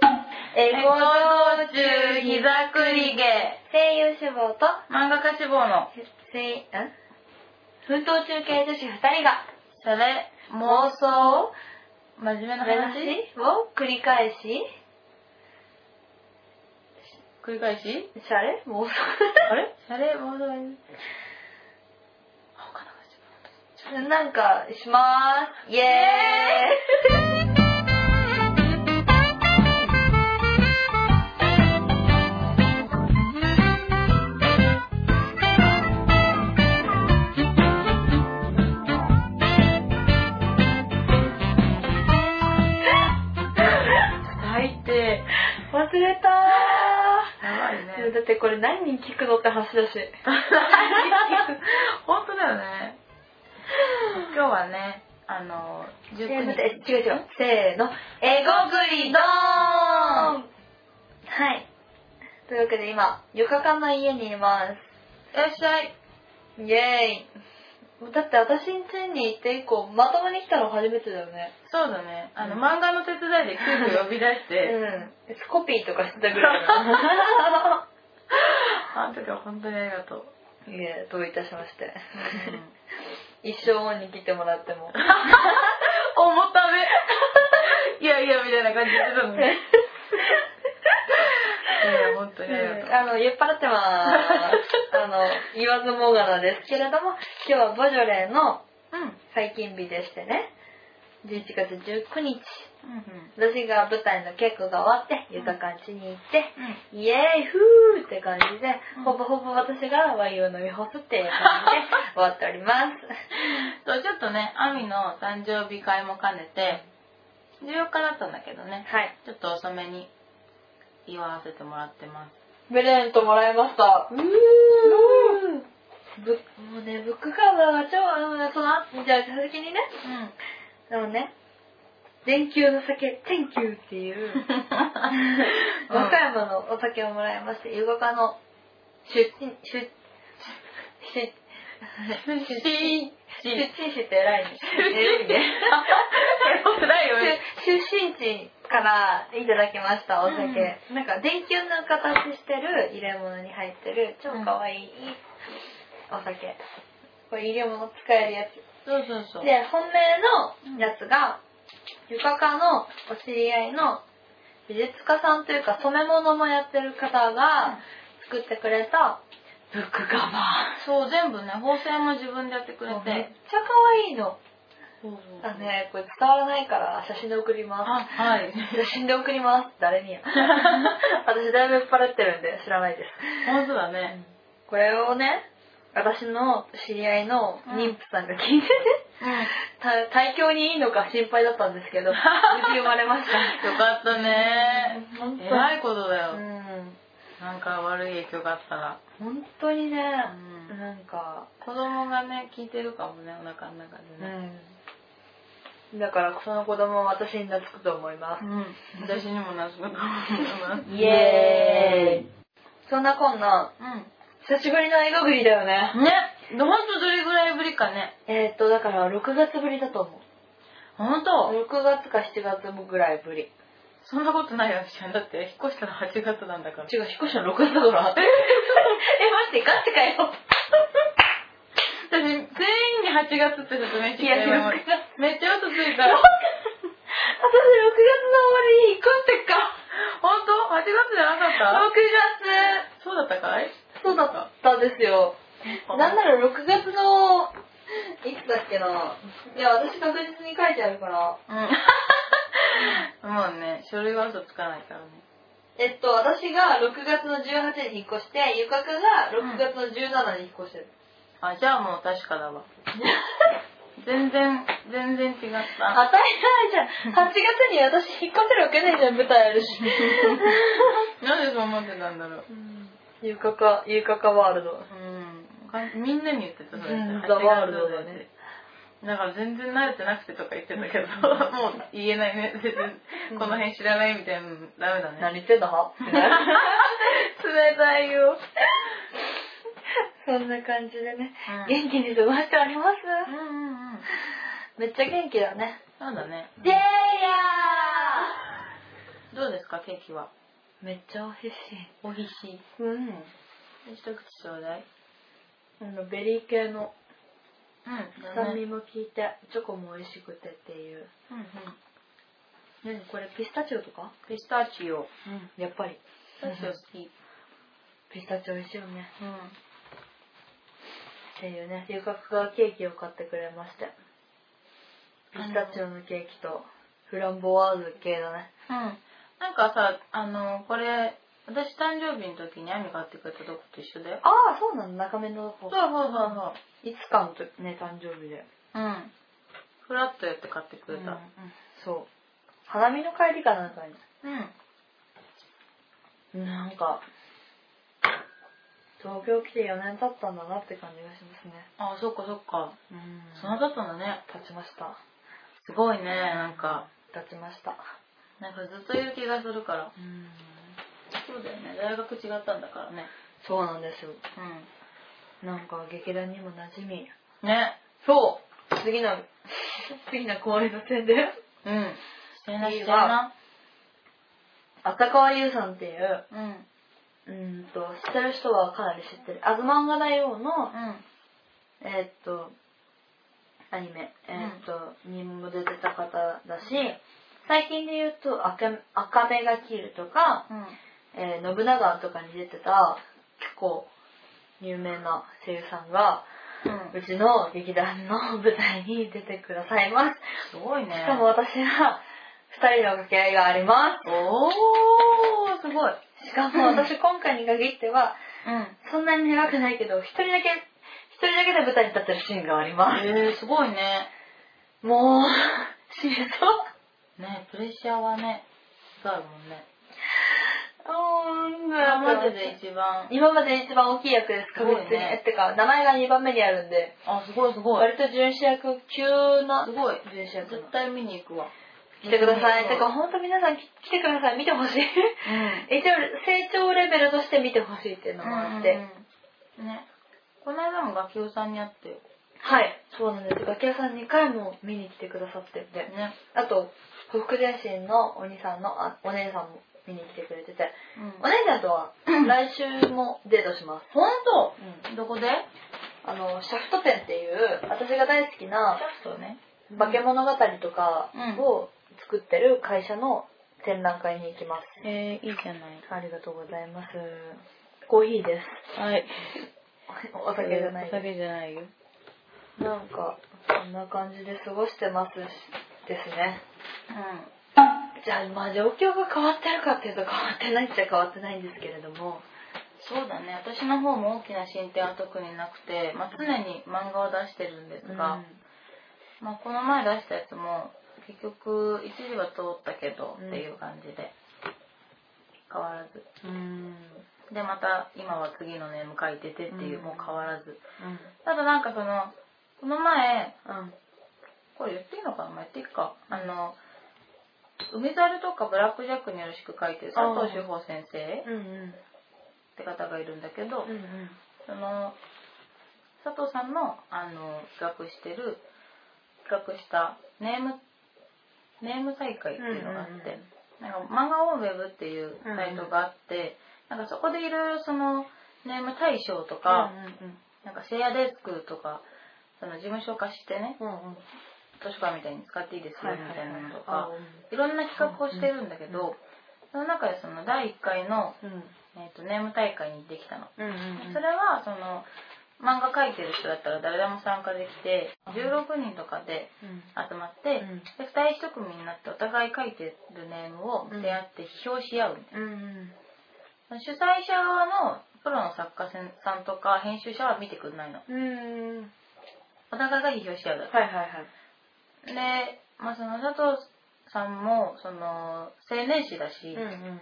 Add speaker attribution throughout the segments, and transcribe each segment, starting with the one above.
Speaker 1: エゴ道中膝くり芸
Speaker 2: 声優志望と
Speaker 1: 漫画家志望の
Speaker 2: 声ん奮闘中継女子2人が
Speaker 1: それ
Speaker 2: 妄想
Speaker 1: 真面目な
Speaker 2: 話
Speaker 1: 話
Speaker 2: を繰り返し
Speaker 1: 繰り返し
Speaker 2: シャレ 妄想
Speaker 1: あれシャレ妄想あ他の話
Speaker 2: なんかしますイエーイ
Speaker 1: 入って
Speaker 2: 忘れた
Speaker 1: やばい
Speaker 2: ー
Speaker 1: ね
Speaker 2: だってこれ何人聞くのって話だし
Speaker 1: 本当だよね今日はねあの
Speaker 2: え
Speaker 1: 19
Speaker 2: 待っ
Speaker 1: 日
Speaker 2: て違う違うせーのエゴグリドーンはいというわけで今4日間の家にいます
Speaker 1: いらっしゃい
Speaker 2: イエーイだって私ん家に行って以降まともに来たの初めてだよね
Speaker 1: そうだねあの、
Speaker 2: うん
Speaker 1: 漫画の手伝いで急遽呼び出し
Speaker 2: う
Speaker 1: て、
Speaker 2: んスコピーとかしてたぐらいだね
Speaker 1: あの時は本当にありがと う、
Speaker 2: いえどういたしまして
Speaker 1: うん
Speaker 2: 一生オンに来てもらっても
Speaker 1: 重ため いやいやみたいな感じで言ってたのにいやいや本当にありがとう、
Speaker 2: あの酔っ払ってますあの言わずもがなですけれども今日はボジョレーの
Speaker 1: うん
Speaker 2: 解禁日でしてね11月19日
Speaker 1: うんうん
Speaker 2: 私が舞台の稽古が終わってゆかかんちに行って、
Speaker 1: うん
Speaker 2: イエーイフーって感じで、
Speaker 1: うん
Speaker 2: ほぼほぼ私がワインを飲み干すっていう感じで 終わっております
Speaker 1: そうちょっとね亜美の誕生日会も兼ねて14日だったんだけどね
Speaker 2: はい
Speaker 1: ちょっと遅めに祝わせてもらってます
Speaker 2: プレゼントもらいました
Speaker 1: うー
Speaker 2: うーんぶもうねブックカバーが超あのねその後じゃあ先にね
Speaker 1: うん
Speaker 2: でもね電球の酒「天球」っていう和歌山のお酒をもらいまして湯河川の出身出出
Speaker 1: 出身
Speaker 2: 出
Speaker 1: 地
Speaker 2: 身地って偉いね偉いね
Speaker 1: 偉いよね
Speaker 2: 出身地からいただきましたお酒、
Speaker 1: う
Speaker 2: なんか電球の形してる入れ物に入ってる超かわいいお酒これ入れ物使えるやつ
Speaker 1: そうそうそう
Speaker 2: で本命のやつが床下のお知り合いの美術家さんというか染め物もやってる方が作ってくれたブックカバ
Speaker 1: そう全部ね縫製も自分でやってく
Speaker 2: ー
Speaker 1: れ
Speaker 2: もうめってちゃ可愛いの
Speaker 1: そうそう
Speaker 2: あのねこれ伝わらないから写真で送ります
Speaker 1: あはい
Speaker 2: 写真で送ります 誰にや私だいぶ酔っ払ってるんで知らないです
Speaker 1: 本当だね
Speaker 2: これをね私の知り合いの妊婦さんが聞いてて、
Speaker 1: う
Speaker 2: た体調にいいのか心配だったんです けど無事生まれました
Speaker 1: んよかったね
Speaker 2: 本当
Speaker 1: 偉いことだよ
Speaker 2: うん
Speaker 1: なんか悪い影響があったら
Speaker 2: 本当にね、
Speaker 1: うん
Speaker 2: なんか
Speaker 1: 子供がね聞いてるかもねお腹の中でね
Speaker 2: うんだからその子供は私に懐くと思います、
Speaker 1: うん私にもなすこと思
Speaker 2: イエーイそんなこんな
Speaker 1: う
Speaker 2: 久しぶりの映画ぶりだよね
Speaker 1: んねほんとどれぐらいぶりかね
Speaker 2: えー、っとだから6月ぶりだと思う
Speaker 1: ほんと
Speaker 2: 6月か7月ぐらいぶり
Speaker 1: そんなことないよしだって引っ越したの8月なんだから
Speaker 2: 違う引っ越したの6月だから え待ってガチかよ
Speaker 1: 私全員に8月って説明して
Speaker 2: いや
Speaker 1: る
Speaker 2: 6月
Speaker 1: めっちゃ嘘ついた本
Speaker 2: 私6月の終わりに引っ越してっか
Speaker 1: 当 ?8 月じゃなかっ
Speaker 2: 6月
Speaker 1: たそうだったかい
Speaker 2: そうだったんですよなんなら6月のいつだっけないや私確実に書いてあるから
Speaker 1: うん もうね書類は嘘つかないからね
Speaker 2: えっと私が6月の18に引っ越してゆかかが6月の17に引っ越してる、
Speaker 1: あじゃあもう確かだ わ全然全然違った
Speaker 2: あたり 前じゃん8月に私引っ越せるわけないじゃん舞台あるし
Speaker 1: なんでそう思ってたんだろう
Speaker 2: ゆかかゆかかワールド
Speaker 1: うんかみんなに言ってたそれって
Speaker 2: うん
Speaker 1: 8
Speaker 2: The World だね
Speaker 1: 月だから全然慣れてなくてとか言ってたけどもう言えないね全然この辺知らないみたいなのダメだね
Speaker 2: 何言ってんだ
Speaker 1: 冷たいよ、
Speaker 2: そんな感じでね
Speaker 1: うん、
Speaker 2: 元気に過ごしております
Speaker 1: うんうんうん
Speaker 2: めっちゃ元気だね
Speaker 1: そうだね
Speaker 2: でーや
Speaker 1: どうですかケーキは
Speaker 2: めっちゃ美味しい
Speaker 1: おひし。
Speaker 2: うん
Speaker 1: 一口ちょうだい。
Speaker 2: あのベリー系の
Speaker 1: うん。
Speaker 2: 酸味も効いてチョコも美味しくてっていう
Speaker 1: うんうん。
Speaker 2: 何これピスタチオとか
Speaker 1: ピスタチオ。
Speaker 2: うんやっぱり
Speaker 1: ピスタチオ好き。
Speaker 2: ピスタチオ美味しいよね
Speaker 1: うん。
Speaker 2: っていうね遊郭がケーキを買ってくれましてピスタチオのケーキとフランボワーズ系だね
Speaker 1: うん。なんかさ、あの、これ、私誕生日の時にアミ買ってくれたとこと一緒だよ。
Speaker 2: ああそうなの中目の
Speaker 1: そ
Speaker 2: 方
Speaker 1: うそうそうそう。
Speaker 2: いつかの時ね誕生日で
Speaker 1: うん。フラットやって買ってくれ
Speaker 2: うん
Speaker 1: た。
Speaker 2: そう花見の帰りかなんかに
Speaker 1: うん。
Speaker 2: なんか東京来て4年経ったんだなって感じがしますね
Speaker 1: あ、そっかそっか。
Speaker 2: うん
Speaker 1: そのだったんだね。
Speaker 2: 経ちました
Speaker 1: すごいね、なんか。
Speaker 2: 経ちました
Speaker 1: なんかずっといる気がするから。
Speaker 2: うん
Speaker 1: そうだよね。大学違ったんだからね。
Speaker 2: そうなんですよ
Speaker 1: う
Speaker 2: なんか劇団にも馴染み
Speaker 1: ん。ね。
Speaker 2: そう次の次の公演の宣伝
Speaker 1: うん。してんな、
Speaker 2: いい
Speaker 1: し
Speaker 2: わ
Speaker 1: てんな。
Speaker 2: 浅川優さんっていう
Speaker 1: うん。うん。
Speaker 2: うーんと知ってる人はかなり知ってる「あずまんが大王」のえーっとアニメ、えーっとにも出てた方だし最近で言うと「赤赤目が切る」とか
Speaker 1: うん。
Speaker 2: えー信長とかに出てた結構有名な声優さんが
Speaker 1: うん。
Speaker 2: うちの劇団の舞台に出てくださいます
Speaker 1: すごいね。
Speaker 2: しかも私は2人の掛け合いがありま
Speaker 1: おー、すごい。
Speaker 2: すしか も私今回に限っては
Speaker 1: うん。
Speaker 2: そんなに長くないけど1人だけ一人だけで舞台に立ってるシーンがありま
Speaker 1: えー、すごいね。
Speaker 2: すもう死ぬぞ
Speaker 1: ねプレッシャーはね、があるもんね。
Speaker 2: うん
Speaker 1: 今までで一番。
Speaker 2: 今まで一番大きい役です
Speaker 1: す
Speaker 2: 確
Speaker 1: ごいね
Speaker 2: 実に、えってか名前が2番目にあるんで
Speaker 1: あ、すごいすごい。
Speaker 2: 割と準主役急な
Speaker 1: すごい。
Speaker 2: 準主役の
Speaker 1: 絶対見に行くわ。
Speaker 2: 来てください。
Speaker 1: 見に行
Speaker 2: て
Speaker 1: く
Speaker 2: か、
Speaker 1: わ
Speaker 2: 本当皆さんき来てください。見てほしい。
Speaker 1: うん。
Speaker 2: 一応、成長レベルとして見てほしいっていうのもあって。
Speaker 1: うんうんうんね。この間もガキオさんに会ってよ。
Speaker 2: はい。そうなんです。楽屋さん2回も見に来てくださってて。
Speaker 1: ね。
Speaker 2: あと、不服前進のお兄さんの、あお姉さんも見に来てくれてて。
Speaker 1: うん。
Speaker 2: お姉さんと は、来週もデートします。
Speaker 1: ほんと
Speaker 2: うん。
Speaker 1: どこで
Speaker 2: あの、シャフトペンっていう、私が大好きな、
Speaker 1: そうね。
Speaker 2: 化け物語とか
Speaker 1: うん
Speaker 2: を作ってる会社の展覧会に行きます。
Speaker 1: えー、いいじゃない。
Speaker 2: ありがとうございます。コーヒーです。
Speaker 1: はい。
Speaker 2: お酒じゃない
Speaker 1: お酒じゃないよ。
Speaker 2: なんか、こんな感じで過ごしてますしですね。
Speaker 1: う
Speaker 2: じゃあ、まあ状況が変わってるかっていうと変わってないっちゃ変わってないんですけれども。
Speaker 1: ん。そうだね。私の方も大きな進展は特になくて、まあ、常に漫画を出してるんですが、まあ、この前出したやつも結局一時は通ったけどっていう感じで、変わらず
Speaker 2: うん。うん。
Speaker 1: でまた今は次のネーム書いててっていう、
Speaker 2: うん
Speaker 1: もう変わらずただなんかそのこの前
Speaker 2: うん。
Speaker 1: これ言っていいのかなまあ言っていいかあの梅猿とかブラックジャックによろしく書いてる佐藤志保先生っ
Speaker 2: うん。うん。
Speaker 1: て方がいるんだけど、
Speaker 2: うん。うん。
Speaker 1: その佐藤さんのあの企画してる企画したネームネーム大会っていうのがあって、
Speaker 2: うんうんうん
Speaker 1: なんか漫画オーウェブっていうサイトがあって、なんかそこでいろいろそのネーム大賞とか、
Speaker 2: うん。うん。
Speaker 1: なんかシェアデスクとかその事務所化してね
Speaker 2: うん。うん。
Speaker 1: 図書館みたいに使っていいですよみたいなのとか、
Speaker 2: あ
Speaker 1: いろんな企画をしてるんだけど、
Speaker 2: うんうん
Speaker 1: その中でその第1回の、
Speaker 2: うん。うん。
Speaker 1: えー、とネーム大会に行ってきたの。
Speaker 2: うん。うん。
Speaker 1: それはその漫画描いてる人だったら誰でも参加できて16人とかで
Speaker 2: うん。
Speaker 1: 集まって、
Speaker 2: うん
Speaker 1: で2人1組になってお互い描いてるネームを出会って批評し合うみたいな、
Speaker 2: うん。
Speaker 1: 主催者側のプロの作家さんとか編集者は見てくんないの
Speaker 2: うん。
Speaker 1: お互いが批評し合うだ
Speaker 2: はいはいはい。
Speaker 1: けで、まあ、その佐藤さんもその青年誌だし、
Speaker 2: うん。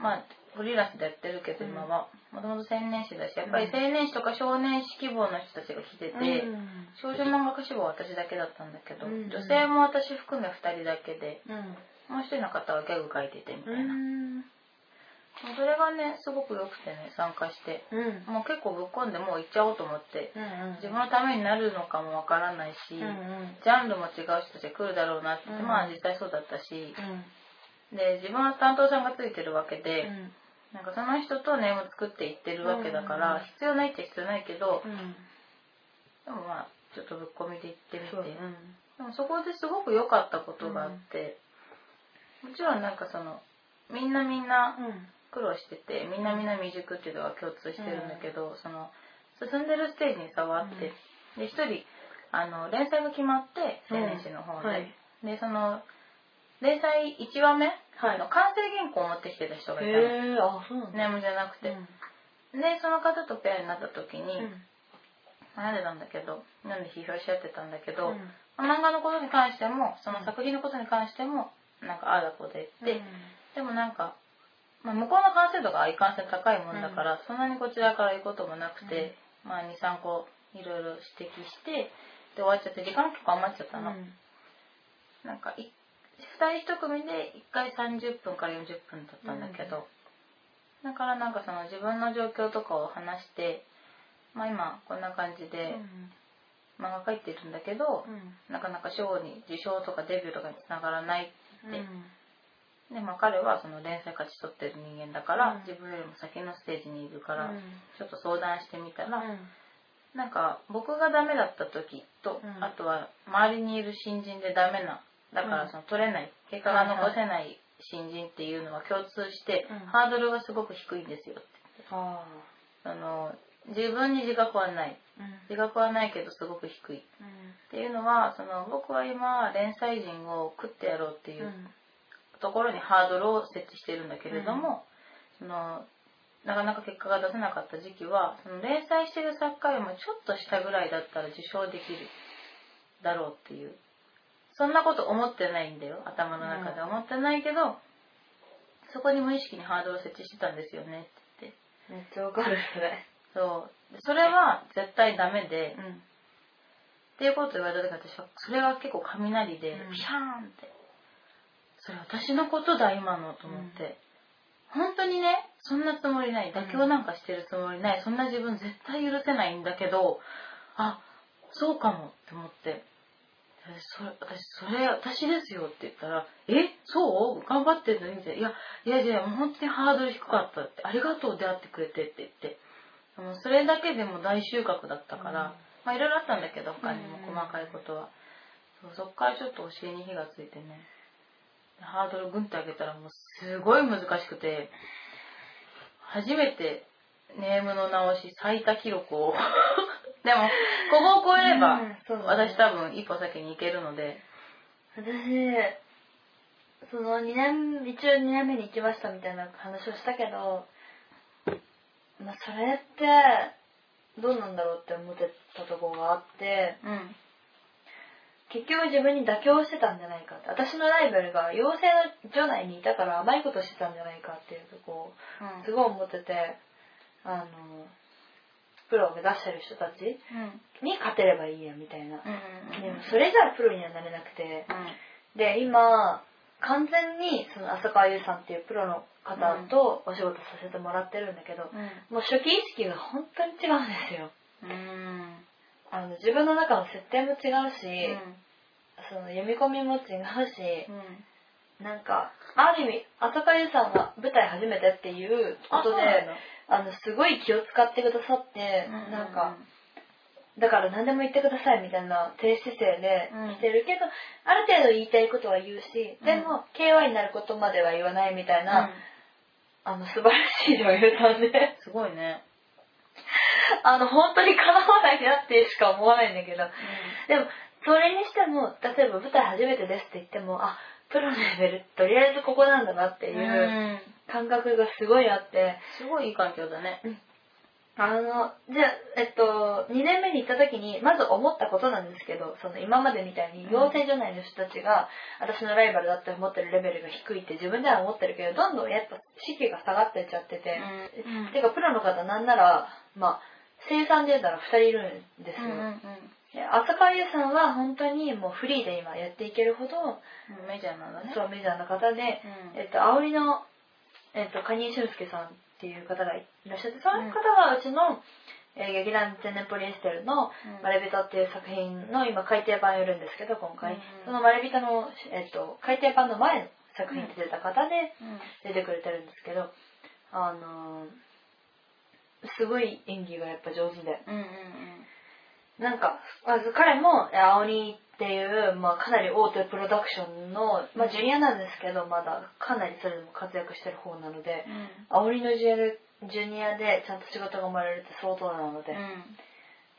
Speaker 1: まあフリーランスでやってるけど
Speaker 2: うん
Speaker 1: 今はもともと青年誌だしやっぱり
Speaker 2: うん
Speaker 1: 青年誌とか少年誌希望の人たちが来てて、
Speaker 2: うん。
Speaker 1: 少女漫画家志望は私だけだったんだけど、
Speaker 2: うん
Speaker 1: 女性も私含め2人だけで
Speaker 2: うん。
Speaker 1: もう一人の方はギャグ描いててみたいな、
Speaker 2: ん。
Speaker 1: それがねすごく良くてね参加して
Speaker 2: うん。
Speaker 1: もう結構ぶっ込んでもう行っちゃおうと思って
Speaker 2: うん。
Speaker 1: 自分のためになるのかもわからないし、
Speaker 2: うん。うん。
Speaker 1: ジャンルも違う人たちが来るだろうなって、
Speaker 2: うん
Speaker 1: まあ実際そうだったし、
Speaker 2: うん。
Speaker 1: で自分は担当さんがついてるわけで、
Speaker 2: うん
Speaker 1: なんかその人とネーム作っていってるわけだから、
Speaker 2: うん
Speaker 1: 必要ないって必要ないけど、
Speaker 2: うん
Speaker 1: でもまあちょっとぶっ込みで行ってみて
Speaker 2: そううん
Speaker 1: でもそこですごく良かったことがあって、もちろんなんかそのみんなみんな苦労しててみんなみんな未熟っていうのが共通してるんだけど、その進んでるステージに差はあって、で一人あの連載が決まって青年誌の方で、
Speaker 2: はい
Speaker 1: でその連載1話目
Speaker 2: はい
Speaker 1: の完成原稿を持ってきてた人がいたの、
Speaker 2: へえあそうなん
Speaker 1: ネーム
Speaker 2: だ
Speaker 1: じゃなくて、でその方とペアになった時に、悩んでたんだけどなんで批評し合ってたんだけど、漫画のことに関してもその作品のことに関してもなんかああだこうだ言って、でもなんか、まあ、向こうの完成度が一貫性高いもんだから、そんなにこちらから言うこともなくて、まあ23個いろいろ指摘してで終わっちゃって時間結構余っちゃったの、なんかい2人1組で1回30分から40分だったんだけど、だからなんかその自分の状況とかを話してまあ今こんな感じで漫画描いてるんだけど、なかなか賞に受賞とかデビューとかにつながらないで、まあ、彼はその連載勝ち取ってる人間だから、
Speaker 2: うん
Speaker 1: 自分よりも先のステージにいるから、ちょっと相談してみたら、
Speaker 2: う
Speaker 1: なんか僕がダメだった時と、
Speaker 2: うん
Speaker 1: あとは周りにいる新人でダメなだから
Speaker 2: うん
Speaker 1: その取れない結果が残せない新人っていうのは共通して、
Speaker 2: うん
Speaker 1: ハードルがすごく低いんですよってその自分に自覚はない自覚はないけどすごく低いっていうのはその僕は今連載人を食ってやろうっていうところにハードルを設置してるんだけれども、そのなかなか結果が出せなかった時期はその連載してる作家よりもちょっと下ぐらいだったら受賞できるだろうっていうそんなこと思ってないんだよ頭の中で
Speaker 2: うん
Speaker 1: 思ってないけど、そこに無意識にハードルを設置してたんですよねって言って
Speaker 2: めっちゃわかるそれ
Speaker 1: そうでそれは絶対ダメで、っていうことを言われた時私はそれが結構雷で
Speaker 2: うん
Speaker 1: ピシャーンってそれ私のことだ今のと思って、本当にねそんなつもりない妥協なんかしてるつもりないそんな自分絶対許せないんだけどあそうかもって思って私それ私それ私ですよって言ったら「えそう頑張ってんの?」みたいな「いやいやいやもう本当にハードル低かった」って「ありがとう出会ってくれて」って言ってもうそれだけでも大収穫だったから、
Speaker 2: うん
Speaker 1: まあいろいろあったんだけど他にも
Speaker 2: うん
Speaker 1: 細かいことは、そうそっからちょっと教えに火がついてねハードルグンって上げたらもうすごい難しくて初めてネームの直し最多記録を でもここを超えれば、
Speaker 2: うんそうだね
Speaker 1: 私多分一歩先に行けるので
Speaker 2: 私その2年一応2年目に行きましたみたいな話をしたけど、まあ、それってどうなんだろうって思ってたとこがあって
Speaker 1: うん
Speaker 2: 結局自分に妥協してたんじゃないかって私のライバルが養成の場内にいたから甘いことしてたんじゃないかっていうとこをすごい思っててあのプロを目指してる人たち
Speaker 1: うん
Speaker 2: に勝てればいいやみたいな
Speaker 1: う、ん
Speaker 2: でもそれじゃプロにはなれなくて、で今完全にその浅川優さんっていうプロの方とお仕事させてもらってるんだけど、もう初期意識が本当に違うんですよ
Speaker 1: うんうん
Speaker 2: あの自分の中の設定も違うし、
Speaker 1: うん
Speaker 2: その読み込みも違うし、
Speaker 1: うん
Speaker 2: なんかある意味浅川優さんは舞台初めてっていうこ
Speaker 1: あそ
Speaker 2: と
Speaker 1: う
Speaker 2: で
Speaker 1: なんだ
Speaker 2: あのすごい気を使ってくださって、
Speaker 1: うん
Speaker 2: なんかだから何でも言ってくださいみたいな低姿勢で来てるけど、ある程度言いたいことは言うし、
Speaker 1: うん
Speaker 2: でも KY になることまでは言わないみたい
Speaker 1: うん
Speaker 2: な、あの素晴らしい女優さんで
Speaker 1: すごいね
Speaker 2: あの本当に叶わないなってしか思わないんだけどでもそれにしても例えば舞台初めてですって言ってもあプロのレベルとりあえずここなんだなって
Speaker 1: う
Speaker 2: いうん感覚がすごいあって、
Speaker 1: すごいいい環境だね
Speaker 2: あの、じゃあ、えっと、2年目に行った時に、まず思ったことなんですけど、その今までみたいに
Speaker 1: うん
Speaker 2: 養成所内の人たちが、私のライバルだって思ってるレベルが低いって自分では思ってるけど、どんどんやっぱ士気が下がってっちゃってて、
Speaker 1: うんうん
Speaker 2: てかプロの方なんなら、まあ、生産で言うたら2人いるんです
Speaker 1: うん
Speaker 2: よ。
Speaker 1: うんうん
Speaker 2: で浅川優さんは本当にもうフリーで今やっていけるほど、
Speaker 1: うんメジャーなんだね
Speaker 2: そうメジャーな方で、
Speaker 1: うん
Speaker 2: えっと、煽りの、えっと、蟹江俊介さんっていう方がいらっしゃって、その方はうちの、えー劇団天然ポリエステル
Speaker 1: う
Speaker 2: の
Speaker 1: ん
Speaker 2: 「まれびと」っていう作品の今改訂版やるんですけど今回、
Speaker 1: うん
Speaker 2: その「まれびとの」えっと、改訂版の前の作品に出てた方で
Speaker 1: うん
Speaker 2: 出てくれてるんですけど、あのーすごい演技がやっぱ上手で
Speaker 1: うんうん
Speaker 2: なんかまず彼もえ青鬼っていう、まあ、かなり大手プロダクションの、まあ、ジュニアなんですけどまだかなりそれでも活躍してる方なので
Speaker 1: うん
Speaker 2: 青鬼のジュニアジュニアでちゃんと仕事が生まれるって相当なので、
Speaker 1: う
Speaker 2: っ
Speaker 1: ん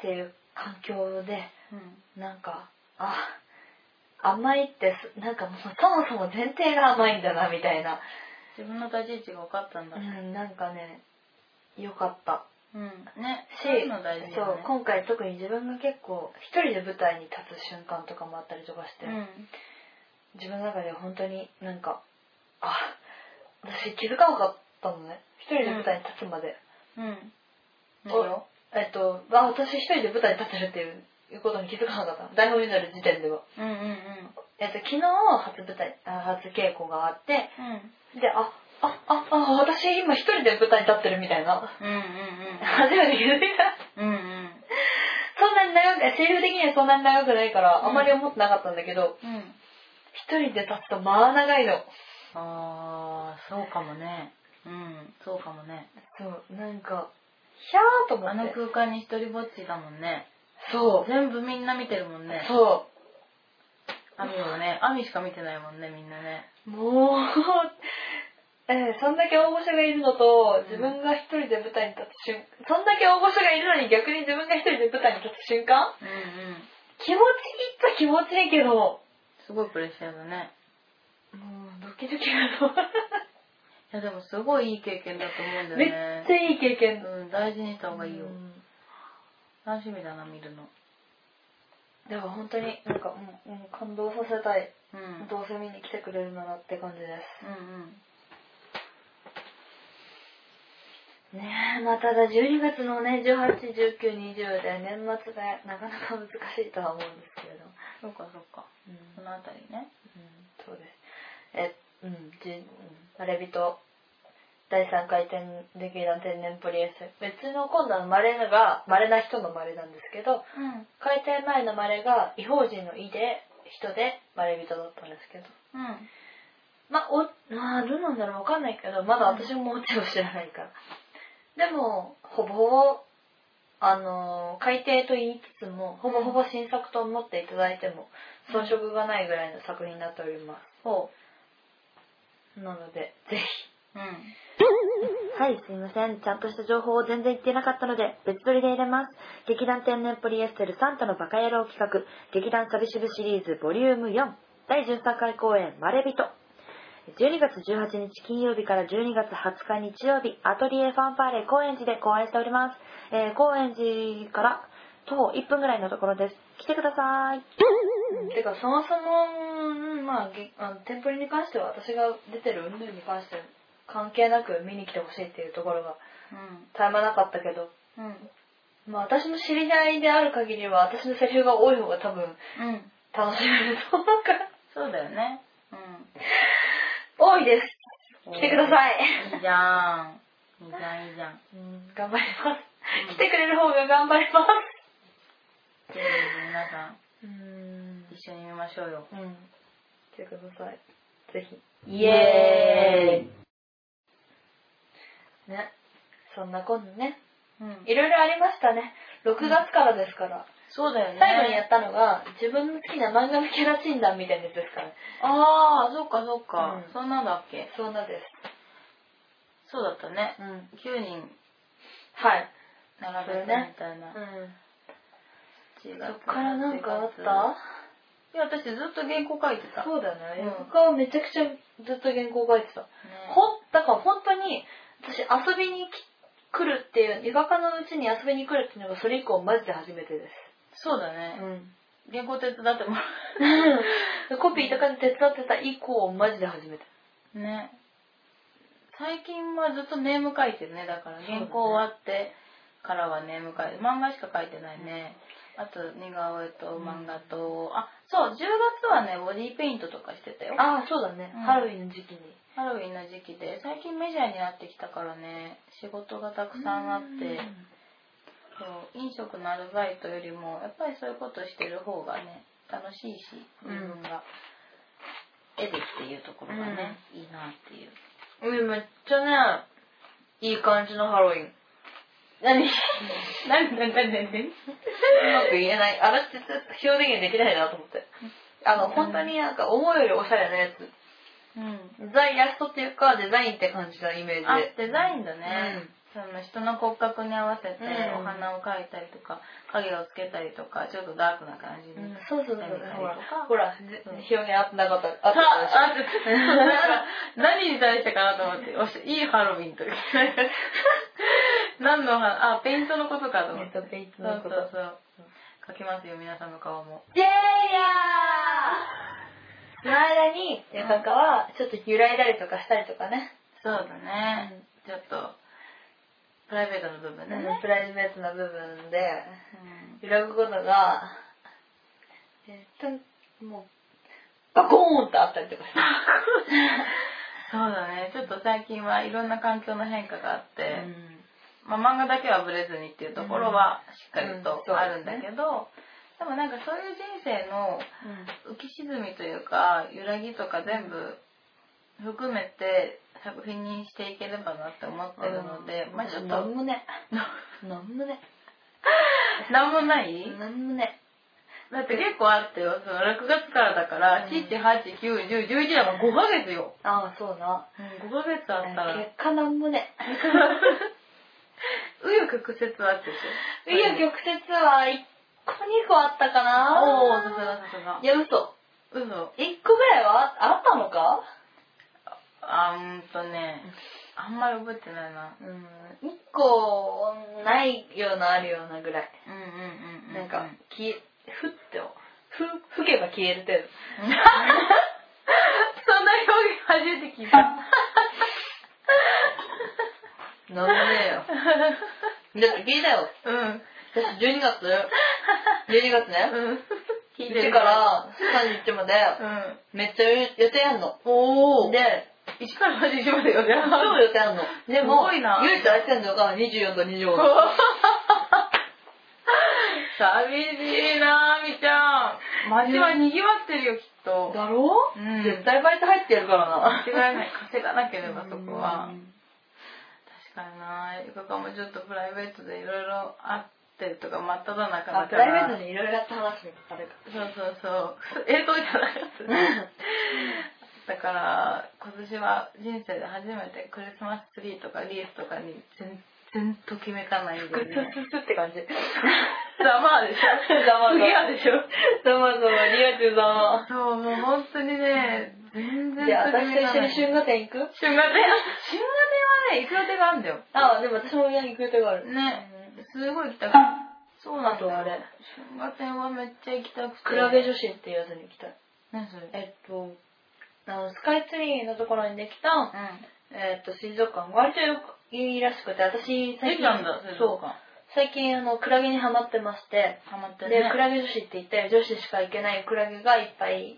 Speaker 2: ていう環境で
Speaker 1: うん
Speaker 2: なんかあ甘いってすなんかもうそもそも前提が甘いんだなみたいな、
Speaker 1: 自分の立ち位置が分かったんだ
Speaker 2: う
Speaker 1: ね
Speaker 2: ん、なんかね良かった
Speaker 1: うんね
Speaker 2: し
Speaker 1: そういうの大事だ
Speaker 2: そう
Speaker 1: ね
Speaker 2: 今回特に自分が結構一人で舞台に立つ瞬間とかもあったりとかして、
Speaker 1: う
Speaker 2: 自分の中で本当になんかあ私気づかなかったのね一人で舞台に立つまで、
Speaker 1: んうん
Speaker 2: お
Speaker 1: 何を
Speaker 2: えっとあ私一人で舞台に立てるっていういうことに気づかなかった台本になる時点では、
Speaker 1: うんうんうん
Speaker 2: えっと、昨日初舞台あ初稽古があって
Speaker 1: うん
Speaker 2: でああああ私今一人で舞台に立ってるみたいな
Speaker 1: うん
Speaker 2: 初めて気づいた
Speaker 1: うんうんうんうん
Speaker 2: そんなに長くえセリフ的にはそんなに長くないから、
Speaker 1: うん
Speaker 2: あまり思ってなかったんだけど
Speaker 1: うん
Speaker 2: 一人で立つとまあ長いの
Speaker 1: ああそうかもねうんそうかもね
Speaker 2: そうなんかひゃーと思
Speaker 1: あ
Speaker 2: って
Speaker 1: の空間に一人ぼっちだもんね
Speaker 2: そう
Speaker 1: 全部みんな見てるもんね
Speaker 2: そ
Speaker 1: アミをねアミしか見てないもんねみんなね
Speaker 2: う。もう、 えーそんだけ大御所がいるのと、自分が一人で舞台に立つ瞬間、そんだけ大御所がいるのに逆に自分が一人で舞台に立つ瞬間
Speaker 1: うんうん
Speaker 2: 気持ちいいっちゃ気持ちいいけど、も
Speaker 1: すごいプレッシャーだね
Speaker 2: うドキドキが
Speaker 1: いやでもすごいいい経験だと思うんだ
Speaker 2: の。
Speaker 1: よ
Speaker 2: めっ
Speaker 1: ね
Speaker 2: ちゃいい経験
Speaker 1: うん大事にした方がいいよ
Speaker 2: うん
Speaker 1: 楽しみだな見るの
Speaker 2: でも本当になんか、うんうん、感動させたい。
Speaker 1: うん
Speaker 2: どうせ見に来てくれるならって感じです。
Speaker 1: うん
Speaker 2: ねえ、まあただ12月のね、18、19、20で年末がなかなか難しいとは思うんですけれど。
Speaker 1: そうかそうか
Speaker 2: うん
Speaker 1: この辺りね
Speaker 2: うんそうです。え、うん、じ、うん、まれびと、第3回転劇団天然ポリエス。別の今度は稀なが、稀な人の稀なんですけ
Speaker 1: うん
Speaker 2: ど、開店前の稀が、異邦人の異で、人で、稀人だったんですけど。
Speaker 1: うん
Speaker 2: まあ、お、まあ、どうなんだろうわかんないけど、まだ私もオチを知らないから。でも、ほぼほぼ、あのー、改訂と言いつつも、ほぼほぼ新作と思っていただいても、遜色がないぐらいの作品になっております。
Speaker 1: ほ
Speaker 2: なので、ぜひ。
Speaker 1: ううん
Speaker 2: はい、すいません。ちゃんとした情報を全然言ってなかったので、別撮りで入れます。劇団天然ポリエステルサンタのバカ野郎企画、劇団サビシブシリーズボリューム4、第13回公演、まれびと。12月18日金曜日から12月20日日曜日、アトリエファンファーレ高円寺で公演しております。えー、高円寺から徒歩1分ぐらいのところです。来てください。てか、そもそも、まあ、あのテンプリに関しては私が出てる運動に関して関係なく見に来てほしいっていうところが絶え間なかったけど、
Speaker 1: うんうん
Speaker 2: まあ、私の知り合いである限りは私のセリフが多い方が多分
Speaker 1: うん
Speaker 2: 楽しめると思うから
Speaker 1: そうだよね
Speaker 2: 多いです
Speaker 1: うん
Speaker 2: 来てください、
Speaker 1: いいじゃんいいじゃんいいじゃん
Speaker 2: うん、頑張ります
Speaker 1: うん
Speaker 2: 来てくれる方が頑張りま
Speaker 1: テレビで皆さん
Speaker 2: すうん
Speaker 1: 一緒に見ましょうよ
Speaker 2: うん来てくださいぜひ
Speaker 1: イエ
Speaker 2: ーイねそんなこんなね
Speaker 1: うん
Speaker 2: いろいろありましたね6月からですから、
Speaker 1: そうだよね
Speaker 2: 最後にやったのが自分の好きな漫画のキャラ診断みたいなやつですからね
Speaker 1: ああそっかそっか
Speaker 2: うん
Speaker 1: そんなんだっけ
Speaker 2: そうなんです
Speaker 1: そうだったね
Speaker 2: うん
Speaker 1: 9人
Speaker 2: はい
Speaker 1: 並べてみたいなそ
Speaker 2: そっからなんかあっ
Speaker 1: いや私ずっと原稿書いて
Speaker 2: た
Speaker 1: た
Speaker 2: そうだね
Speaker 1: うん
Speaker 2: 僕はめちゃくちゃずっと原稿書いてた
Speaker 1: ね
Speaker 2: ほんだから本当に私遊びにき来るっていう映画化のうちに遊びに来るっていうのがそれ以降マジで初めてです
Speaker 1: そうだね
Speaker 2: ん
Speaker 1: 原稿手伝ってもら
Speaker 2: コピーとかで手伝ってた以降マジで初めて
Speaker 1: うね最近はずっとネーム書いてるねだから原稿終わってからはネーム書いて漫画しか書いてないねあと似顔絵と漫画とあそう10月はねボディーペイントとかしてたよ
Speaker 2: ああそうだね、
Speaker 1: うん
Speaker 2: ハロウィンの時期に
Speaker 1: ハロウィンの時期で最近メジャーになってきたからね仕事がたくさんあってそう飲食のアルバイトよりもやっぱりそういうことしてる方がね楽しいし自分が、絵でっていうところがね、いいなっていう
Speaker 2: うんめっちゃねいい感じのハロウィン何何何何何何うまく言えないあれって表現できないなと思ってあの本当になんか思うよりおしゃれなやつ
Speaker 1: うん
Speaker 2: ザイラストっていうかデザインって感じのイメージで
Speaker 1: あデザインだね、その人の骨格に合わせて
Speaker 2: う
Speaker 1: お
Speaker 2: ん
Speaker 1: 花を描いたりとか影をつけたりとかちょっとダークな感じに、
Speaker 2: うんそうそうそう
Speaker 1: 何々
Speaker 2: ほら
Speaker 1: と
Speaker 2: ほら、
Speaker 1: うん
Speaker 2: 表現合ってなかった合
Speaker 1: あ
Speaker 2: っ
Speaker 1: あ
Speaker 2: てた
Speaker 1: ああ 何に対してかなと思っておしいいハロウィン という何のお花あペイントのことかと思って
Speaker 2: トペイン
Speaker 1: そうそうそう描きますよ皆さんの顔も
Speaker 2: ジェイヤーその間に、ゆかかは、ちょっと揺らいだりとかしたりとかね。
Speaker 1: そうだね、ちょっとプライベートの部分でね、
Speaker 2: プライベートな部分で、
Speaker 1: うん
Speaker 2: 揺らぐことが、えっと、もう、バコーンってあったりとかして。
Speaker 1: そうだねちょっと最近はいろんな環境の変化があって、まあ、漫画だけはブレずにっていうところはしっかりとあるんだけど、でもなんかそういう人生の浮き沈みというか揺らぎとか全部含めて作品にしていければなって思ってるので、まあちょっ
Speaker 2: な
Speaker 1: と
Speaker 2: んもね。なんもね。
Speaker 1: 何もない、
Speaker 2: なんもね。
Speaker 1: だって結構あってよその6月からだから、
Speaker 2: うん
Speaker 1: 7891011だから5ヶ月よ、
Speaker 2: ああ、そうな。
Speaker 1: 5ヶ月あったら紆
Speaker 2: 結果なんもね。
Speaker 1: 余曲折はあってでしょ
Speaker 2: いや、曲折は1個2個あったかな。
Speaker 1: おーさすがさすが
Speaker 2: いや、嘘。
Speaker 1: 嘘
Speaker 2: 1個ぐらいはああったのか
Speaker 1: あーんとねあんまり覚えてないな
Speaker 2: うん、1個ないようなあるようなぐらい。
Speaker 1: うんうんうんう
Speaker 2: なんか、消え、ふって、ふ、吹けば消える程度。
Speaker 1: そんな表現初めて聞い た
Speaker 2: なんでね えよ。だって聞いたよ。
Speaker 1: うん
Speaker 2: 私12月 ?12 月ね。
Speaker 1: うん聞いて
Speaker 2: 1
Speaker 1: る
Speaker 2: から31まで、
Speaker 1: うん
Speaker 2: めっちゃ予定あんの。
Speaker 1: おお
Speaker 2: で、
Speaker 1: 1から8までよね
Speaker 2: 超予定 あんの。でも、
Speaker 1: すごいな
Speaker 2: 唯一空いてんのが24と25度。
Speaker 1: 寂しいなあみちゃん街は賑わってるよきっと
Speaker 2: だろ
Speaker 1: うん
Speaker 2: 絶対バイト入ってるからな。
Speaker 1: 間違いない稼がなければそこは
Speaker 2: うん
Speaker 1: 確かになゆかかもちょっとプライベートでいろいろあってるとか真っ只中だから
Speaker 2: あ、プライベートにいろいろあった話にあるか。
Speaker 1: そうそうそう映像じゃなかっただから今年は人生で初めてクリスマスツリーとかリースとかに全然ときめかないんだよね
Speaker 2: スって感じ。
Speaker 1: ざまあでしょ
Speaker 2: ざまあざまあ
Speaker 1: クリアでしょ
Speaker 2: ざまざま、リア充ざま。
Speaker 1: そうもう本当にね全然
Speaker 2: で、私と一緒に
Speaker 1: 春
Speaker 2: 春画展行く
Speaker 1: 春画展春画展はね行く予定があるんだよ
Speaker 2: あ、でも私も親に行く予定がある。
Speaker 1: ねすごい行きたくてそうなんだよ
Speaker 2: あとあれ
Speaker 1: 春画展はめっちゃ行きたくて
Speaker 2: クラゲ女子っていうやつに行きたい。
Speaker 1: 何それうん
Speaker 2: えっと、あの、スカイツリーのところにできた、えっと、水族館、割とよくいいらしくて、私、
Speaker 1: 出ちゃうんだ
Speaker 2: そう。
Speaker 1: か
Speaker 2: 最近、あの、クラゲにハマってまして、
Speaker 1: ハマって
Speaker 2: で、
Speaker 1: る
Speaker 2: ク
Speaker 1: ね
Speaker 2: ラゲ女子って言って、女子しか行けないクラゲがいっぱい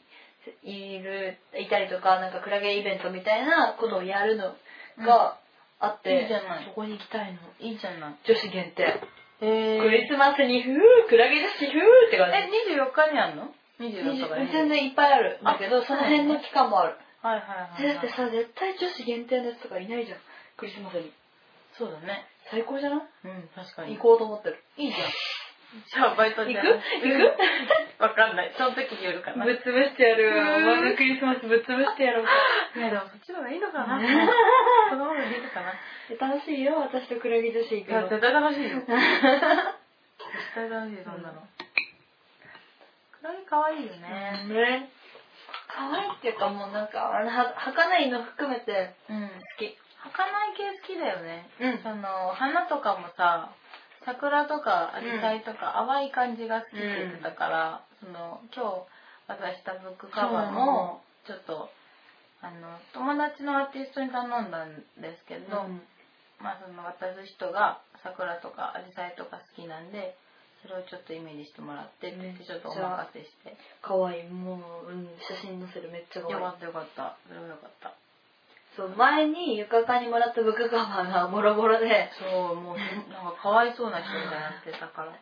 Speaker 2: いる、いたりとか、なんかクラゲイベントみたいなことをやるのがあっ
Speaker 1: うんい
Speaker 2: て
Speaker 1: いじゃない、
Speaker 2: そこに行きたいの。
Speaker 1: いいじゃない
Speaker 2: 女子限定。
Speaker 1: えー
Speaker 2: クリスマスにふー、クラゲ女子ふーって感
Speaker 1: え、
Speaker 2: じ。
Speaker 1: 24日にあんの ?24 日から
Speaker 2: 20全然いっぱいあるんだけど、
Speaker 1: あ
Speaker 2: その辺の期間もある。
Speaker 1: はいはいはい
Speaker 2: だ
Speaker 1: は
Speaker 2: っ
Speaker 1: い。
Speaker 2: てさ、絶対女子限定のやつとかいないじゃん。クリスマスに。
Speaker 1: そうだね。
Speaker 2: 最高じゃな
Speaker 1: うん、確か
Speaker 2: い
Speaker 1: に。
Speaker 2: 行こうと思ってる。
Speaker 1: いいじゃん。じゃあバイト
Speaker 2: 行く
Speaker 1: で。
Speaker 2: 行
Speaker 1: 行くわかんない。その時によるか
Speaker 2: く
Speaker 1: な。
Speaker 2: ぶ
Speaker 1: ね
Speaker 2: っ潰してやる。
Speaker 1: うーん
Speaker 2: お前のクリスマスぶっ潰してやろうか。
Speaker 1: でもそっちの方がいいのか な。
Speaker 2: ね
Speaker 1: その方がいいのかな。
Speaker 2: 楽しいよ、私とクラゲ女子行
Speaker 1: い
Speaker 2: く
Speaker 1: や、
Speaker 2: の。
Speaker 1: 絶対楽しい よ。絶対楽しい、そんなの。クラゲ可愛いよね。
Speaker 2: ね。可愛いっていうかもうなんか、あの、は儚いの含めて
Speaker 1: うん。
Speaker 2: 好
Speaker 1: 儚
Speaker 2: き。
Speaker 1: い系好きだよね。
Speaker 2: うん
Speaker 1: その、花とかもさ、桜とか紫陽花とか淡い感じが好きって言ってたから、その、今日渡したブックカバーも、ちょっとあの友達のアーティストに頼んだんですけど、
Speaker 2: うん
Speaker 1: まあその渡す人が桜とか紫陽花とか好きなんでそれをちょっとイメージしてもらってって言って
Speaker 2: ね
Speaker 1: ちょっとお任せして
Speaker 2: 可愛い。もう、うん、写真載せるめっちゃ可
Speaker 1: よか。っ
Speaker 2: 愛い
Speaker 1: たよかったそれはよかった
Speaker 2: そう、前にゆかかにもらったブックカバーがボロボロで、
Speaker 1: そうもうなんかかわいそうな人みたいになってたから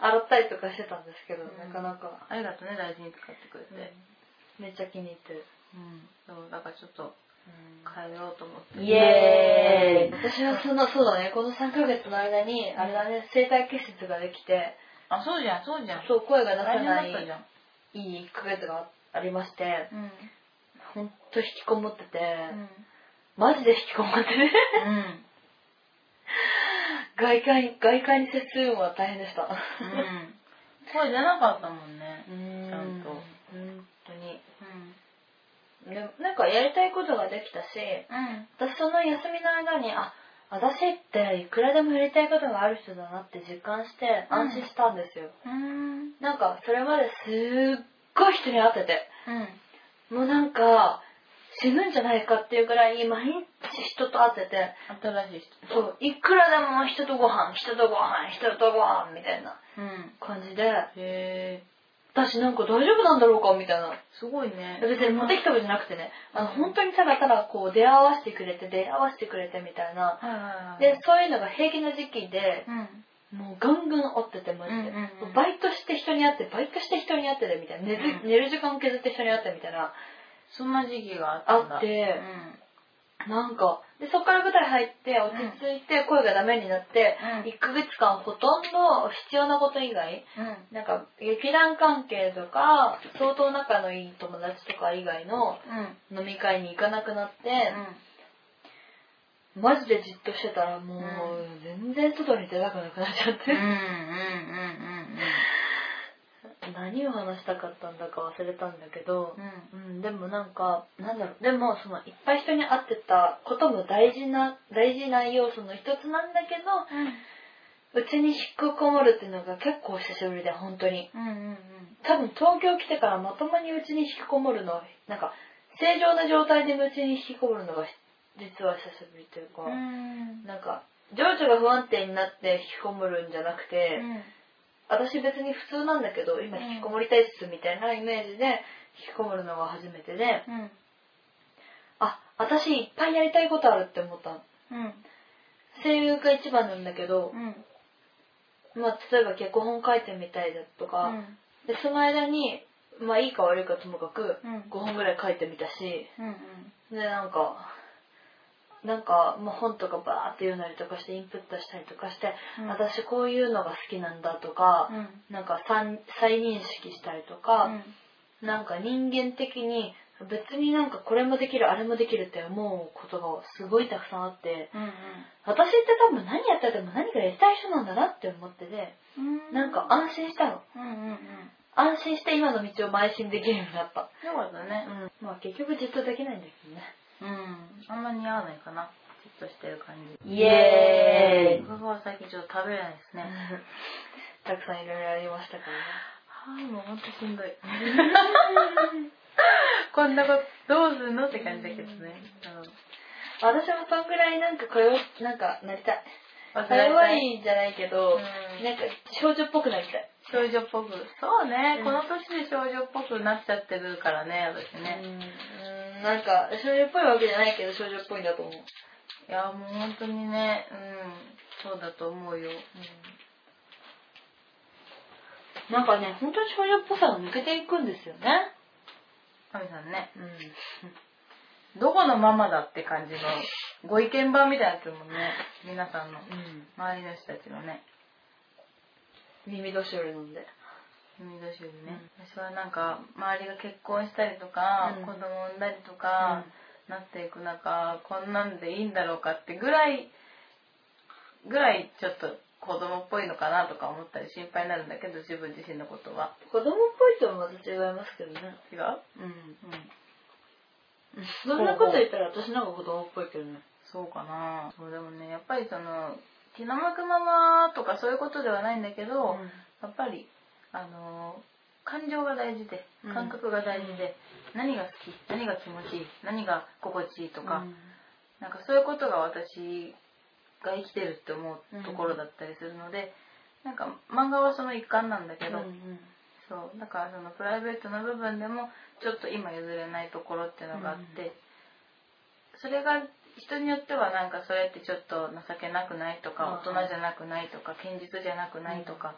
Speaker 2: 洗ったりとかしてたんですけど、
Speaker 1: うん
Speaker 2: なかなか、
Speaker 1: ありがとうね大事に使ってくれて、
Speaker 2: めっちゃ気に入ってる。
Speaker 1: うん、そうだからちょっと
Speaker 2: か
Speaker 1: 変えようと思って
Speaker 2: イエーイ私はそのそうだねこの3ヶ月の間にあれだね声帯結節ができて
Speaker 1: あそうじゃんそうじゃん
Speaker 2: そう声が出せ
Speaker 1: 大変だ
Speaker 2: な
Speaker 1: ったじ
Speaker 2: い
Speaker 1: ゃん
Speaker 2: いい1ヶ月がありまして
Speaker 1: うん
Speaker 2: ほんと引きこもってて、
Speaker 1: うん
Speaker 2: マジで引きこもってて
Speaker 1: うん
Speaker 2: 外界外界に接するのは大変でした
Speaker 1: うん声出なかったもんね
Speaker 2: うん
Speaker 1: ちゃんと
Speaker 2: 本当に
Speaker 1: うん
Speaker 2: でなんかやりたいことができたし
Speaker 1: うん
Speaker 2: 私その休みの間にあ私っていくらでもやりたいことがある人だなって実感して
Speaker 1: うん
Speaker 2: 安心したんですよ、
Speaker 1: うん
Speaker 2: なんかそれまですっごい人に会ってて
Speaker 1: うん
Speaker 2: もうなんか死ぬんじゃないかっていうぐらい毎日人と会ってて
Speaker 1: 新しい人
Speaker 2: そういくらでも人とご飯人とご飯人とご飯みたいな
Speaker 1: うん
Speaker 2: 感じで
Speaker 1: へえ
Speaker 2: 私なんか大丈夫なんだろうかみたいな
Speaker 1: すごいね
Speaker 2: 別に持ってきたわけじゃなくてねあの本当にただただこう出会わせてくれて出会わせてくれてみたいな
Speaker 1: はいはいはい
Speaker 2: でそういうのが平気な時期で
Speaker 1: うん
Speaker 2: もうガンガン会っててマジで、
Speaker 1: うんうんうん
Speaker 2: バイトして人に会ってバイトして人に会ってでみたいな寝る,、
Speaker 1: うん
Speaker 2: 寝る時間削って人に会ってみたいな
Speaker 1: そんな時期があったんだ
Speaker 2: あって
Speaker 1: うん
Speaker 2: なんかでそこから舞台入って落ち着いて声がダメになって、
Speaker 1: うん
Speaker 2: 1ヶ月間ほとんど必要なこと以外
Speaker 1: うん
Speaker 2: なんか劇団関係とか相当仲のいい友達とか以外の
Speaker 1: うん
Speaker 2: 飲み会に行かなくなって、
Speaker 1: うん
Speaker 2: マジでじっとしてたらもう
Speaker 1: う
Speaker 2: 全然外に出たくなくなっちゃって、
Speaker 1: うんうんうん
Speaker 2: 何を話したかったんだか忘れたんだけど
Speaker 1: うんう、ん
Speaker 2: うん、でもなんかなんだろうでもそのいっぱい人に会ってたことも大事な大事な要素の一つなんだけどうちに引っこもるっていうのが結構久しぶりで本当に
Speaker 1: うんうん
Speaker 2: 多分東京来てからまともにうちに引きこもるのはなんか正常な状態でうちに引きこもるのが実は久しぶりというか、
Speaker 1: うん
Speaker 2: なんか情緒が不安定になって引きこもるんじゃなくて、私別に普通なんだけど今
Speaker 1: うん
Speaker 2: 引きこもりたいっすみたいなイメージで引きこもるのが初めてで
Speaker 1: うん
Speaker 2: あ私いっぱいやりたいことあるって思った
Speaker 1: うん
Speaker 2: 声優が一番なんだけど
Speaker 1: う、ん
Speaker 2: まあ、例えば脚本書いてみたいだとか、でその間にまあいいか悪いかともかく
Speaker 1: うん
Speaker 2: 5本ぐらい書いてみたし
Speaker 1: うんうん
Speaker 2: でなんかなんか、まあ、本とかバーって読んだりとかしてインプットしたりとかして、
Speaker 1: うん
Speaker 2: 私こういうのが好きなんだとか、
Speaker 1: うん
Speaker 2: なんか再再認識したりとか、なんか人間的に別になんかこれもできるあれもできるって思うことがすごいたくさんあって
Speaker 1: うん
Speaker 2: 私って多分何やってても何かやりたい人なんだなって思ってて
Speaker 1: うん
Speaker 2: なんか安心したの
Speaker 1: うんうんうん
Speaker 2: 安心して今の道を邁進できるようになっ
Speaker 1: よか
Speaker 2: た、
Speaker 1: ったね
Speaker 2: うん、まあ結局じっとできないんだけどね
Speaker 1: うんあんま似合わないかなじっとしてる感じ
Speaker 2: イエーイ
Speaker 1: 僕は最近ちょっと食べれないですね
Speaker 2: たくさんいろいろありましたからね
Speaker 1: はいもうほんとしんどい こんなことどうするのって感じだけどね
Speaker 2: 私もそんぐらいなんかこれをなんかなりたい
Speaker 1: うん
Speaker 2: 幸いじゃないけど、
Speaker 1: うん
Speaker 2: なんか少女っぽくなりたい
Speaker 1: 少女っぽくそうね、
Speaker 2: うん
Speaker 1: この年で少女っぽくなっちゃってるからね私ね、
Speaker 2: うんうんなんか少女っぽいわけじゃないけど少女っぽいんだと思う、
Speaker 1: いやもう本当にねうんそうだと思うよ
Speaker 2: なんかね本当に少女っぽさが抜けていくんですよね
Speaker 1: 神さんね
Speaker 2: うん
Speaker 1: どこのママだって感じのご意見番みたいなやつもね皆さんの
Speaker 2: うん
Speaker 1: 周りの人たちのね
Speaker 2: 耳年寄りなんで
Speaker 1: 海年寄りね、私はなんか周りが結婚したりとか、
Speaker 2: うん
Speaker 1: 子供産んだりとか、なっていく中こんなんでいいんだろうかってぐらいぐらいちょっと子供っぽいのかなとか思ったり心配になるんだけど自分自身のことは
Speaker 2: 子供っぽいとはまた違いますけどね
Speaker 1: 違う
Speaker 2: うん
Speaker 1: うん
Speaker 2: そんなこと言ったら私なんか子供っぽいけどね
Speaker 1: そうかなそうでもねやっぱりその気の向くままとかそういうことではないんだけど、やっぱりあのー感情が大事で
Speaker 2: うん
Speaker 1: 感覚が大事で、何が好き何が気持ちいい何が心地いいと
Speaker 2: と
Speaker 1: か、なんかそういうことが私が生きてるって思うところだったりするので、なんか漫画はその一環なんだけど、そうだからそのプライベートの部分でもちょっと今譲れないところっていうのがあって、
Speaker 2: うん
Speaker 1: それが人によってはなんかそれってちょっと情けなくないとか
Speaker 2: うん
Speaker 1: 大人じゃなくないとか堅実じゃなくないとか、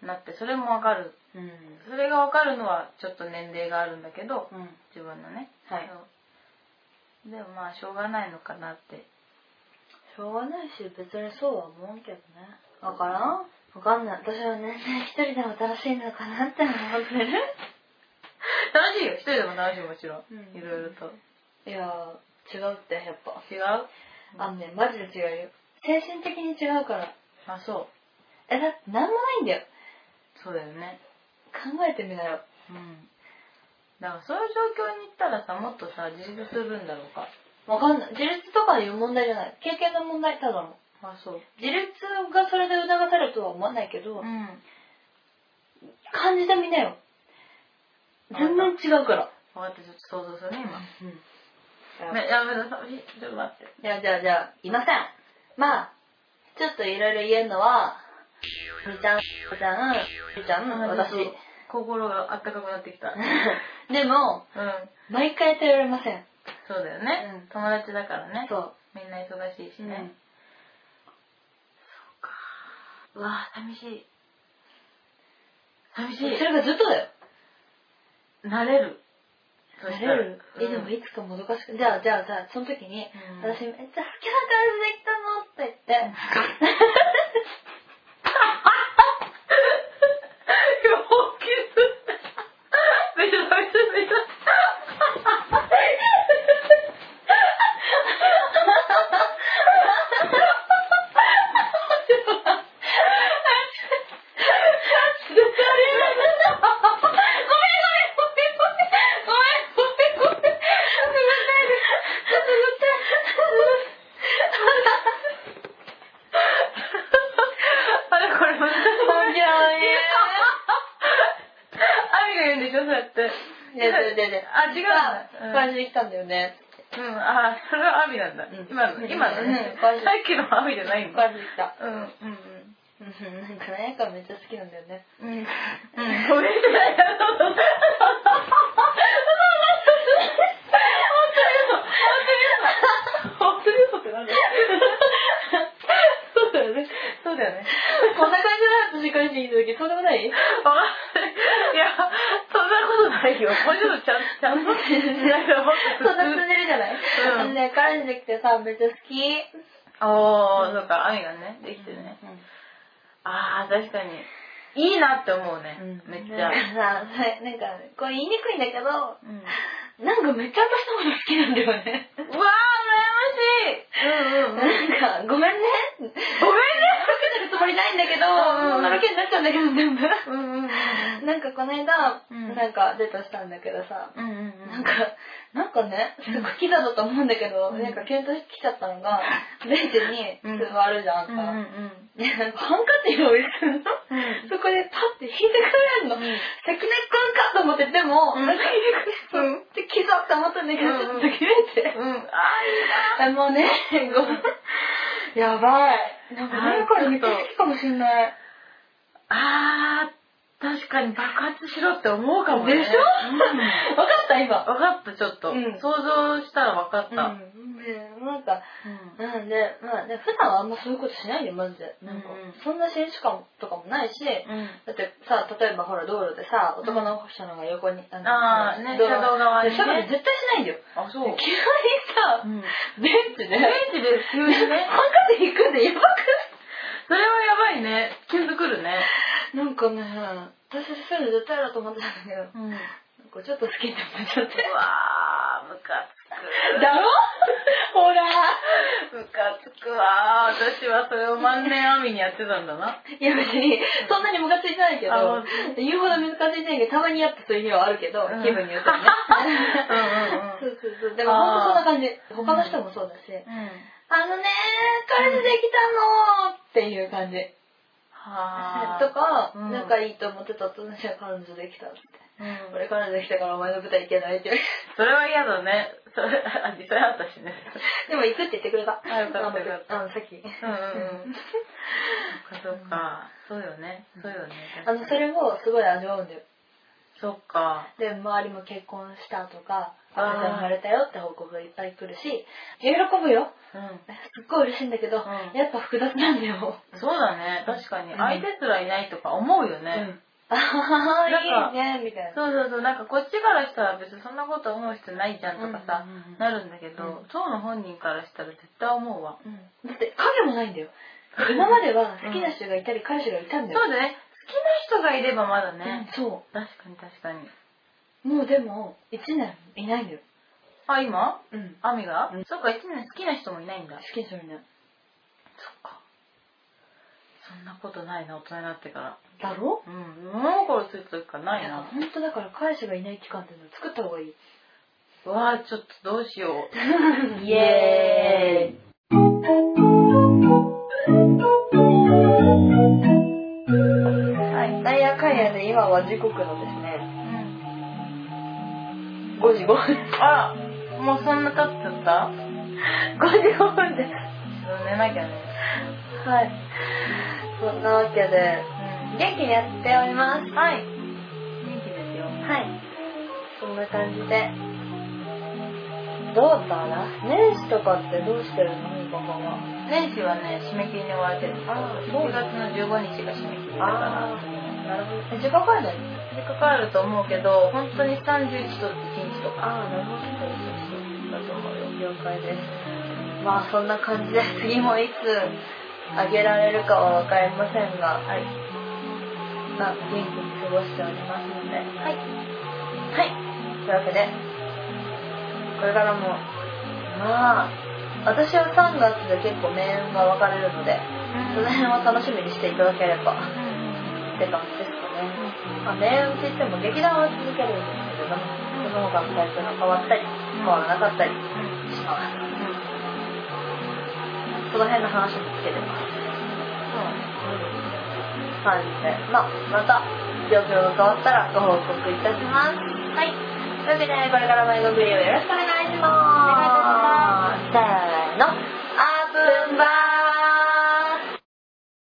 Speaker 1: なってそれもわかる
Speaker 2: うん
Speaker 1: それがわかるのはちょっと年齢があるんだけど
Speaker 2: うん
Speaker 1: 自分のね、
Speaker 2: はい
Speaker 1: そうでもまあしょうがないのかなって
Speaker 2: しょうがないし別にそうは思うけどねわからんわかんない私は年々一人でも楽しいのかなって思ってる
Speaker 1: 楽しいよ一人でも楽しいもちろん、
Speaker 2: うん
Speaker 1: いろいろと
Speaker 2: いやー違うってやっぱ
Speaker 1: 違う
Speaker 2: あのねマジで違うよ精神的に違うから
Speaker 1: あそう
Speaker 2: えだってなんもないんだよ
Speaker 1: そうだよね
Speaker 2: 考えてみなよ
Speaker 1: うんだからそういう状況に行ったらさもっとさ自立するんだろうか
Speaker 2: わかんない自立とかいう問題じゃない経験の問題ただの
Speaker 1: あそう
Speaker 2: 自立がそれで促されるとは思わないけど、
Speaker 1: うん
Speaker 2: 感じてみなよ全然違うから、
Speaker 1: 分かったちょっと想像するね
Speaker 2: うん
Speaker 1: 今、ね、やめなさいちょっと待って
Speaker 2: じゃあじゃあじゃあいませんまあちょっといろいろ言えるのはみーちゃんみーちゃんみーちゃん私
Speaker 1: 心があったかくなってき たうん
Speaker 2: でも毎回やってられません
Speaker 1: そうだよね、
Speaker 2: うん
Speaker 1: 友達だからね
Speaker 2: そう
Speaker 1: みんな忙しいし
Speaker 2: うん
Speaker 1: ね、うわあ寂しい寂し
Speaker 2: それ
Speaker 1: い
Speaker 2: がずっとだよ
Speaker 1: なれるそ
Speaker 2: な
Speaker 1: したら
Speaker 2: れるえでもいつかもどかしくじゃあじゃあじゃあその時に
Speaker 1: うん
Speaker 2: 私めっちゃ好きな彼氏できたのって言って
Speaker 1: 本気でめちゃめちゃめちゃあれこれめっちゃ
Speaker 2: 本業に
Speaker 1: ありが言うんでしょそうやって
Speaker 2: いやいやいやいや
Speaker 1: あ違うんだうん
Speaker 2: 彼氏できたんだよね
Speaker 1: うんあそれはアミなんだ、
Speaker 2: うん
Speaker 1: 今の今のね、
Speaker 2: うん
Speaker 1: さっきのはアミじゃないんだ
Speaker 2: 彼氏できた
Speaker 1: うんうんうん
Speaker 2: うんなんか何やかんめっちゃ好きなんだよね
Speaker 1: うん、うん、ごめんなさい。本当に嘘、本当に嘘、本当に嘘 ってなんだ。
Speaker 2: そうだよね
Speaker 1: そうだよね。
Speaker 2: こんな感じで私彼氏できた時とんでもない
Speaker 1: わかんないいや、そんなことないよ。もうちょっとちゃんと、ちゃんと。なんかもっ
Speaker 2: そ
Speaker 1: と
Speaker 2: んな進んでるじゃない、
Speaker 1: うん
Speaker 2: あのね彼氏できてさめっちゃ好き
Speaker 1: おー、そうか、アミがね、できてるね。あー、確かに。いいなって思うね。めっちゃ。
Speaker 2: なんかさなんかこれ言いにくいんだけど
Speaker 1: うん、うわ
Speaker 2: なんかめっちゃ私のこと好きなんだよね
Speaker 1: ー、羨ましい。うんうんうん。
Speaker 2: なんかごめんね ごめんね
Speaker 1: ご
Speaker 2: かけてるつもりないんだけど
Speaker 1: うん
Speaker 2: もうのろけになっちゃうんだけど全
Speaker 1: め
Speaker 2: 部
Speaker 1: んね。うんうんうん。
Speaker 2: なんかこの間、
Speaker 1: うん
Speaker 2: なんかデートしたんだけどさ、
Speaker 1: うんうんう
Speaker 2: なんか、なんかね、すごいキザだと思うんだけど、
Speaker 1: うん
Speaker 2: なんか検討してきちゃったのが、レジに
Speaker 1: うん
Speaker 2: 座るじゃん、
Speaker 1: うんうん
Speaker 2: あんた。
Speaker 1: うん。
Speaker 2: でなんかハンカチ用意するの、
Speaker 1: ん
Speaker 2: そこでパッて引いてくれんの。
Speaker 1: うん
Speaker 2: 関根くんかと思って、でも、
Speaker 1: うん
Speaker 2: なんか引いてくれん。で、キザって思ったんだけど、ちょっと切れて。
Speaker 1: うん、あ
Speaker 2: あもうね、ごめん。やばい。なんか、ね、これめっちゃ好きかもしんない。
Speaker 1: あー、確かに爆発しろって思うかもね。
Speaker 2: でしょ、
Speaker 1: うん、
Speaker 2: わかった今。
Speaker 1: 分かった、ちょっと。
Speaker 2: うん
Speaker 1: 想像したら分かった。
Speaker 2: うん。ねなんか、
Speaker 1: うん
Speaker 2: うんで、まあ、で普段はあんまそういうことしないよ、マジで。なんか
Speaker 1: うんうん、
Speaker 2: そんな選手感とかもない
Speaker 1: う
Speaker 2: し、
Speaker 1: ん
Speaker 2: だってさ、例えばほら、道路でさ、男の人の方が横に、
Speaker 1: あ
Speaker 2: あ
Speaker 1: ーね車道側にね
Speaker 2: 車道で絶対しないんだよ。
Speaker 1: あ、そう。
Speaker 2: 急
Speaker 1: う
Speaker 2: にさ、
Speaker 1: ん。ベン
Speaker 2: ベンチで、
Speaker 1: チで急にね。
Speaker 2: ハンカチ引くんでやばく
Speaker 1: それはやばいね。キュンとくるね。
Speaker 2: ないなんかね、私そういうの絶対やろうと思ってたんだけど、なん
Speaker 1: うん。うわ
Speaker 2: かちょっと好きって思っちゃって。
Speaker 1: ー、ムカつ
Speaker 2: だろほら。
Speaker 1: く。ムカつくわー。私はそれを万年網にやってたんだな。
Speaker 2: いや別に、そんなにムカついてないけ
Speaker 1: あ本
Speaker 2: ど、言うほど難しいてないけど、たまにやっぱそういう日はあるけど、
Speaker 1: うん
Speaker 2: 気分によってね。
Speaker 1: うん
Speaker 2: そうそうそう。でも本当そんな感じ。他の人もそうだし、
Speaker 1: うんうん。うん。
Speaker 2: あのね彼氏できたのーっていう感じ。
Speaker 1: はー。
Speaker 2: とか、
Speaker 1: うん
Speaker 2: 仲いいと思ってた友達が彼女できたって。
Speaker 1: うん
Speaker 2: 俺彼女できたからお前の舞台行けないって言われて。
Speaker 1: それは嫌だね。それ、あ実際あったしね。
Speaker 2: でも行くって言ってくれた。
Speaker 1: あよかったよかった
Speaker 2: あの、さっき。
Speaker 1: うんうんうん。そっかそっか。そうよね。そうよね。
Speaker 2: あの、それをすごい味わうんだよ。
Speaker 1: そっか。
Speaker 2: で周りも結婚したとか
Speaker 1: あー
Speaker 2: 赤ちゃん生まれたよって報告がいっぱい来るし喜ぶよ
Speaker 1: うん。
Speaker 2: すっごい嬉しいんだけど、
Speaker 1: うん
Speaker 2: やっぱ複雑なんだよ、
Speaker 1: そうだね。確かに。
Speaker 2: うん
Speaker 1: 相手すらいないとか思うよね。
Speaker 2: ああ
Speaker 1: なんか
Speaker 2: いいねみたいな
Speaker 1: そうそうそう。なんかこっちからしたら別にそんなこと思う必要ないじゃんとかさ
Speaker 2: うんうんうん、
Speaker 1: なるんだけ
Speaker 2: う
Speaker 1: ど、当の本人からしたら絶対思うわ。
Speaker 2: うんだって影もないんだよ今までは好きな人がいたり彼氏がいたん
Speaker 1: そう
Speaker 2: だよ、
Speaker 1: だね。好きな人がいればまだね。
Speaker 2: うんそ
Speaker 1: 確かに確かに。
Speaker 2: うもうでも1年いないんだよ、
Speaker 1: あ、今
Speaker 2: うん、
Speaker 1: アミが、
Speaker 2: うん
Speaker 1: そっか、一年好きな人もいないんだ。
Speaker 2: 好
Speaker 1: そっ
Speaker 2: きな人いない
Speaker 1: か。そんなことないな、大人になってから。
Speaker 2: だろ
Speaker 1: うん、物心ついた時からない
Speaker 2: いや
Speaker 1: な。
Speaker 2: 本当だから彼氏がいない期間っていうのは作った方がいい
Speaker 1: うわぁ、ちょっとどうしよう。
Speaker 2: イエーイ
Speaker 1: イ
Speaker 2: はい、なんやかんやで今は時刻ので
Speaker 1: う
Speaker 2: すね
Speaker 1: ん。
Speaker 2: 5時5分
Speaker 1: あ ら、もうそんな経っちゃった
Speaker 2: 5時5分です
Speaker 1: ちょっと寝なきゃね。
Speaker 2: はいそんなわけで
Speaker 1: うん。
Speaker 2: 元気にやっております
Speaker 1: はい。元気ですよ。
Speaker 2: はいそんな感じでどうだな年始とかってどうしてるのみかは
Speaker 1: 年始はね、締め切りに追われてるんです
Speaker 2: あー
Speaker 1: よ。1月の15日が締め切りだから。
Speaker 2: なるほど時間かかるの
Speaker 1: で、かかると思うけど、本当に31と1日とか
Speaker 2: ああなるほど
Speaker 1: だと思うよ。
Speaker 2: 了解ですまあそんな感じで次もいつあげられるかは分かりませんが、
Speaker 1: はい。
Speaker 2: まあ、元気に過ごしておりますのでは
Speaker 1: はい。
Speaker 2: いというわけでこれからもまあ私は3月で結構面が分かれるのでその辺は楽しみにしていただければって感じですかねまあ、面打ちっても劇団は続けるんですけれどもその他のタイプが変わったり変わらなかったりしますその辺の話もつけてます感じで、まあ、また状況が変わったらご報告いたします。はい。というわけで、これからも映画クリをよろしくお願いし
Speaker 1: お
Speaker 2: ます。
Speaker 1: 願いいたし
Speaker 2: せーの、アープンバー